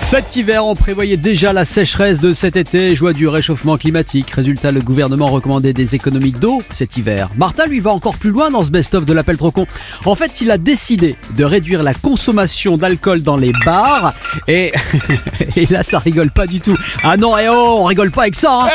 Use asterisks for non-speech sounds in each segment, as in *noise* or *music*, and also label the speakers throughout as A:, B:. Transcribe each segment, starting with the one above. A: Cet hiver, on prévoyait déjà la sécheresse de cet été, joie du réchauffement climatique. Résultat, le gouvernement recommandait des économies d'eau cet hiver. Martin, lui, va encore plus loin dans ce best-of de l'appel trop con. En fait, il a décidé de réduire la consommation d'alcool dans les bars. Et... *laughs* et là, ça rigole pas du tout. Ah non, eh oh, on rigole pas avec ça. hein.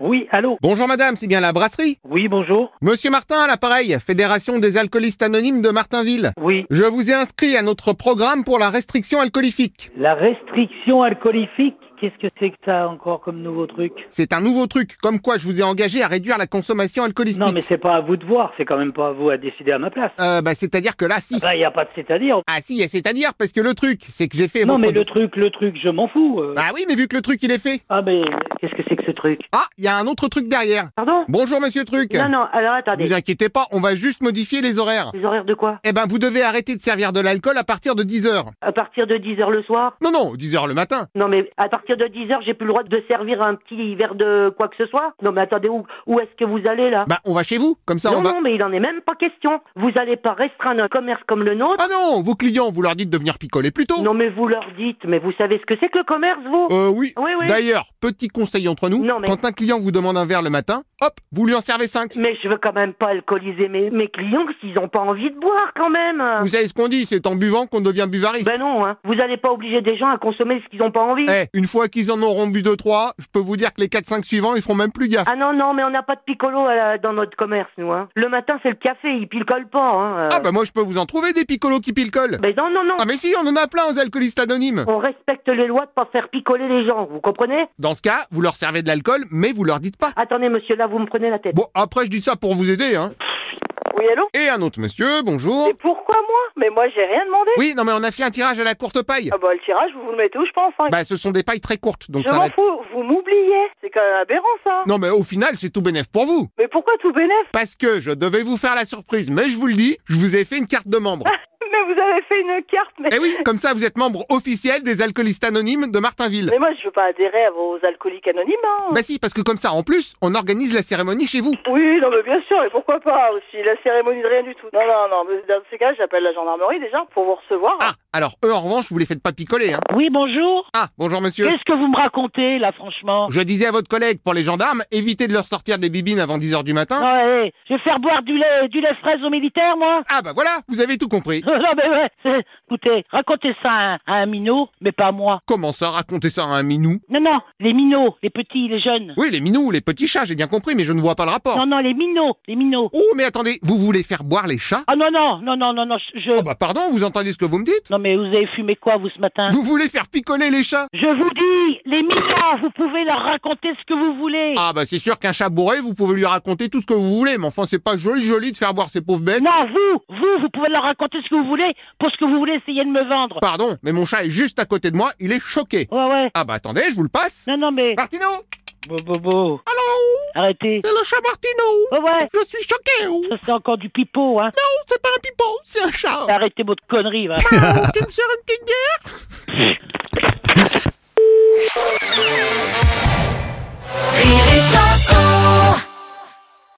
B: Oui, allô
C: Bonjour madame, c'est bien la brasserie
B: Oui, bonjour
C: Monsieur Martin à l'appareil, Fédération des alcoolistes anonymes de Martinville.
B: Oui,
C: Je vous ai inscrit à notre programme pour la restriction alcoolifique.
B: la restriction alcoolifique, qu'est-ce que c'est que ça encore comme nouveau truc
C: C'est un nouveau truc, comme quoi je vous ai engagé à réduire la consommation alcoolistique.
B: Non, mais c'est pas à vous de voir, c'est quand même pas à vous à décider à ma place.
C: Euh, bah c'est-à-dire que là, si.
B: Bah, y a pas de c'est-à-dire.
C: Ah si, et c'est-à-dire, parce que le truc, c'est que j'ai fait
B: Non,
C: votre...
B: mais le truc, le truc, je m'en fous. euh.
C: Ah oui, mais vu que le truc, il est fait.
B: Ah, mais qu'est-ce que c'est que ce truc
C: Ah, il y a un autre truc derrière.
D: Pardon
C: Bonjour monsieur Truc.
D: Non, non, alors
C: Bah, Vous
D: attendez.
C: inquiétez pas, on va juste modifier les horaires.
D: Les horaires de quoi
C: Eh ben, vous devez arrêter de servir de l'alcool à partir de 10h.
D: À partir de 10h le soir
C: Non, non, 10h le matin.
D: Non, mais à partir de 10h, j'ai plus le droit de servir un petit verre de quoi que ce soit Non, mais attendez, où, où est-ce que vous allez là
C: Bah, on va chez vous, comme ça
D: Non,
C: on va...
D: non, mais il en est même pas question. Vous allez pas restreindre un commerce comme le nôtre
C: Ah non, vos clients, vous leur dites de venir picoler plus tôt.
D: Non, mais vous leur dites, mais vous savez ce que c'est que le commerce, vous
C: Euh, oui.
D: Oui, oui.
C: D'ailleurs, petit conseil entre nous,
D: Non, mais-
C: quand un client vous demande un verre le matin, hop, vous lui en servez cinq.
D: Mais je veux quand même pas alcooliser mes, mes clients s'ils ont pas envie de boire quand même.
C: Vous savez ce qu'on dit, c'est en buvant qu'on devient buvariste.
D: Ben non, hein. Vous allez pas obliger des gens à consommer ce qu'ils ont pas envie.
C: Eh, une fois qu'ils en auront bu deux, trois, je peux vous dire que les quatre, cinq suivants, ils feront même plus gaffe.
D: Ah non, non, mais on n'a pas de piccolo à la- dans notre commerce, nous. Hein. Le matin, c'est le café, il picole pas. Hein, euh.
C: Ah bah moi, je peux vous en trouver des picolos qui picolent.
D: Mais non, non, non.
C: Ah mais si, on en a plein aux alcoolistes anonymes.
D: On respecte les lois de pas faire picoler les gens, vous comprenez
C: Dans ce cas, vous leur servez de l'alcool, mais vous leur dites pas.
D: Attendez, monsieur, là, vous me prenez la tête.
C: Bon, après, je dis ça pour vous aider, hein.
E: Oui, allô
C: Et un autre monsieur, bonjour.
E: Mais pourquoi moi Mais moi, j'ai rien demandé.
C: Oui, non mais on a fait un tirage à la courte paille.
E: Ah bah, le tirage, vous vous le mettez où, je pense. hein.
C: Bah, ce sont des pailles très courtes, donc
E: je
C: ça va
E: m'en
C: être...
E: fous, vous m'oubliez. C'est quand même aberrant, ça.
C: Non mais au final, c'est tout bénef pour vous.
E: Mais pourquoi tout bénef *laughs*
C: Parce que je devais vous faire la surprise, mais je vous le dis, je vous ai fait une carte
F: *laughs*
C: de membre.
E: Mais vous avez fait une carte, mais...
C: Eh oui, comme ça vous êtes membre officiel des alcoolistes anonymes de Martinville.
E: Mais moi, je veux pas adhérer à vos alcooliques anonymes, hein.
C: Bah si, parce que comme ça, en plus, on organise la cérémonie chez vous.
E: Oui, non, mais bien sûr, et pourquoi pas aussi La cérémonie de rien du tout. Non, non, non, mais dans ces cas, j'appelle la gendarmerie, déjà, pour vous recevoir. hein.
C: Ah, alors eux en revanche, vous les faites pas picoler, hein.
F: Oui, bonjour.
C: Ah, bonjour monsieur.
F: Qu'est-ce que vous me racontez, là, franchement
C: Je disais à votre collègue, pour les gendarmes, évitez de leur sortir des bibines avant 10h du matin.
F: Non, eh, Je vais faire boire du lait, du lait fraise aux militaires, moi *laughs*
C: Ah bah voilà, vous avez tout compris.
F: Non, mais ouais. c'est- Écoutez, racontez ça à un, à un minot, mais pas à moi.
C: Comment ça, raconter ça à un minou
F: Non, non, les minots, les petits, les jeunes.
C: Oui, les minous, les petits chats, j'ai bien compris, mais je ne vois pas le rapport.
F: Non, non, les minots, les minots.
C: Oh, mais attendez, vous voulez faire boire les chats
F: Ah non, non, non, non, non, non, je- je...
C: Oh bah pardon, vous entendez ce que vous me dites
F: Non, mais vous avez fumé quoi, vous, ce matin
C: Vous voulez faire picoler les chats
F: Je vous dis, les minots, vous pouvez leur raconter ce que vous voulez.
C: Ah bah c'est sûr qu'un chat bourré, vous pouvez lui raconter tout ce que vous voulez, mais enfin c'est pas joli joli de faire boire ces pauvres bêtes.
F: Non, vous, vous, vous pouvez leur raconter ce que vous voulez pour ce que vous voulez essayer de me vendre.
C: Pardon, mais mon chat est juste à côté de moi, il est choqué.
F: Ouais, ouais.
C: Ah bah attendez, je vous le passe.
F: Non, non, mais...
C: Martino
F: Bon, bon, bon.
C: Allô
F: Arrêtez.
C: C'est le chat Martino
D: Oh,
F: Ouais, ouais.
C: Je suis choqué oh.
F: Ça, c'est encore du pipeau, hein.
C: Non, c'est pas un pipeau, c'est un chat
D: Ah.
F: Arrêtez votre connerie, va.
C: Ah, Tu me sers une petite bière
G: Rire et chanson.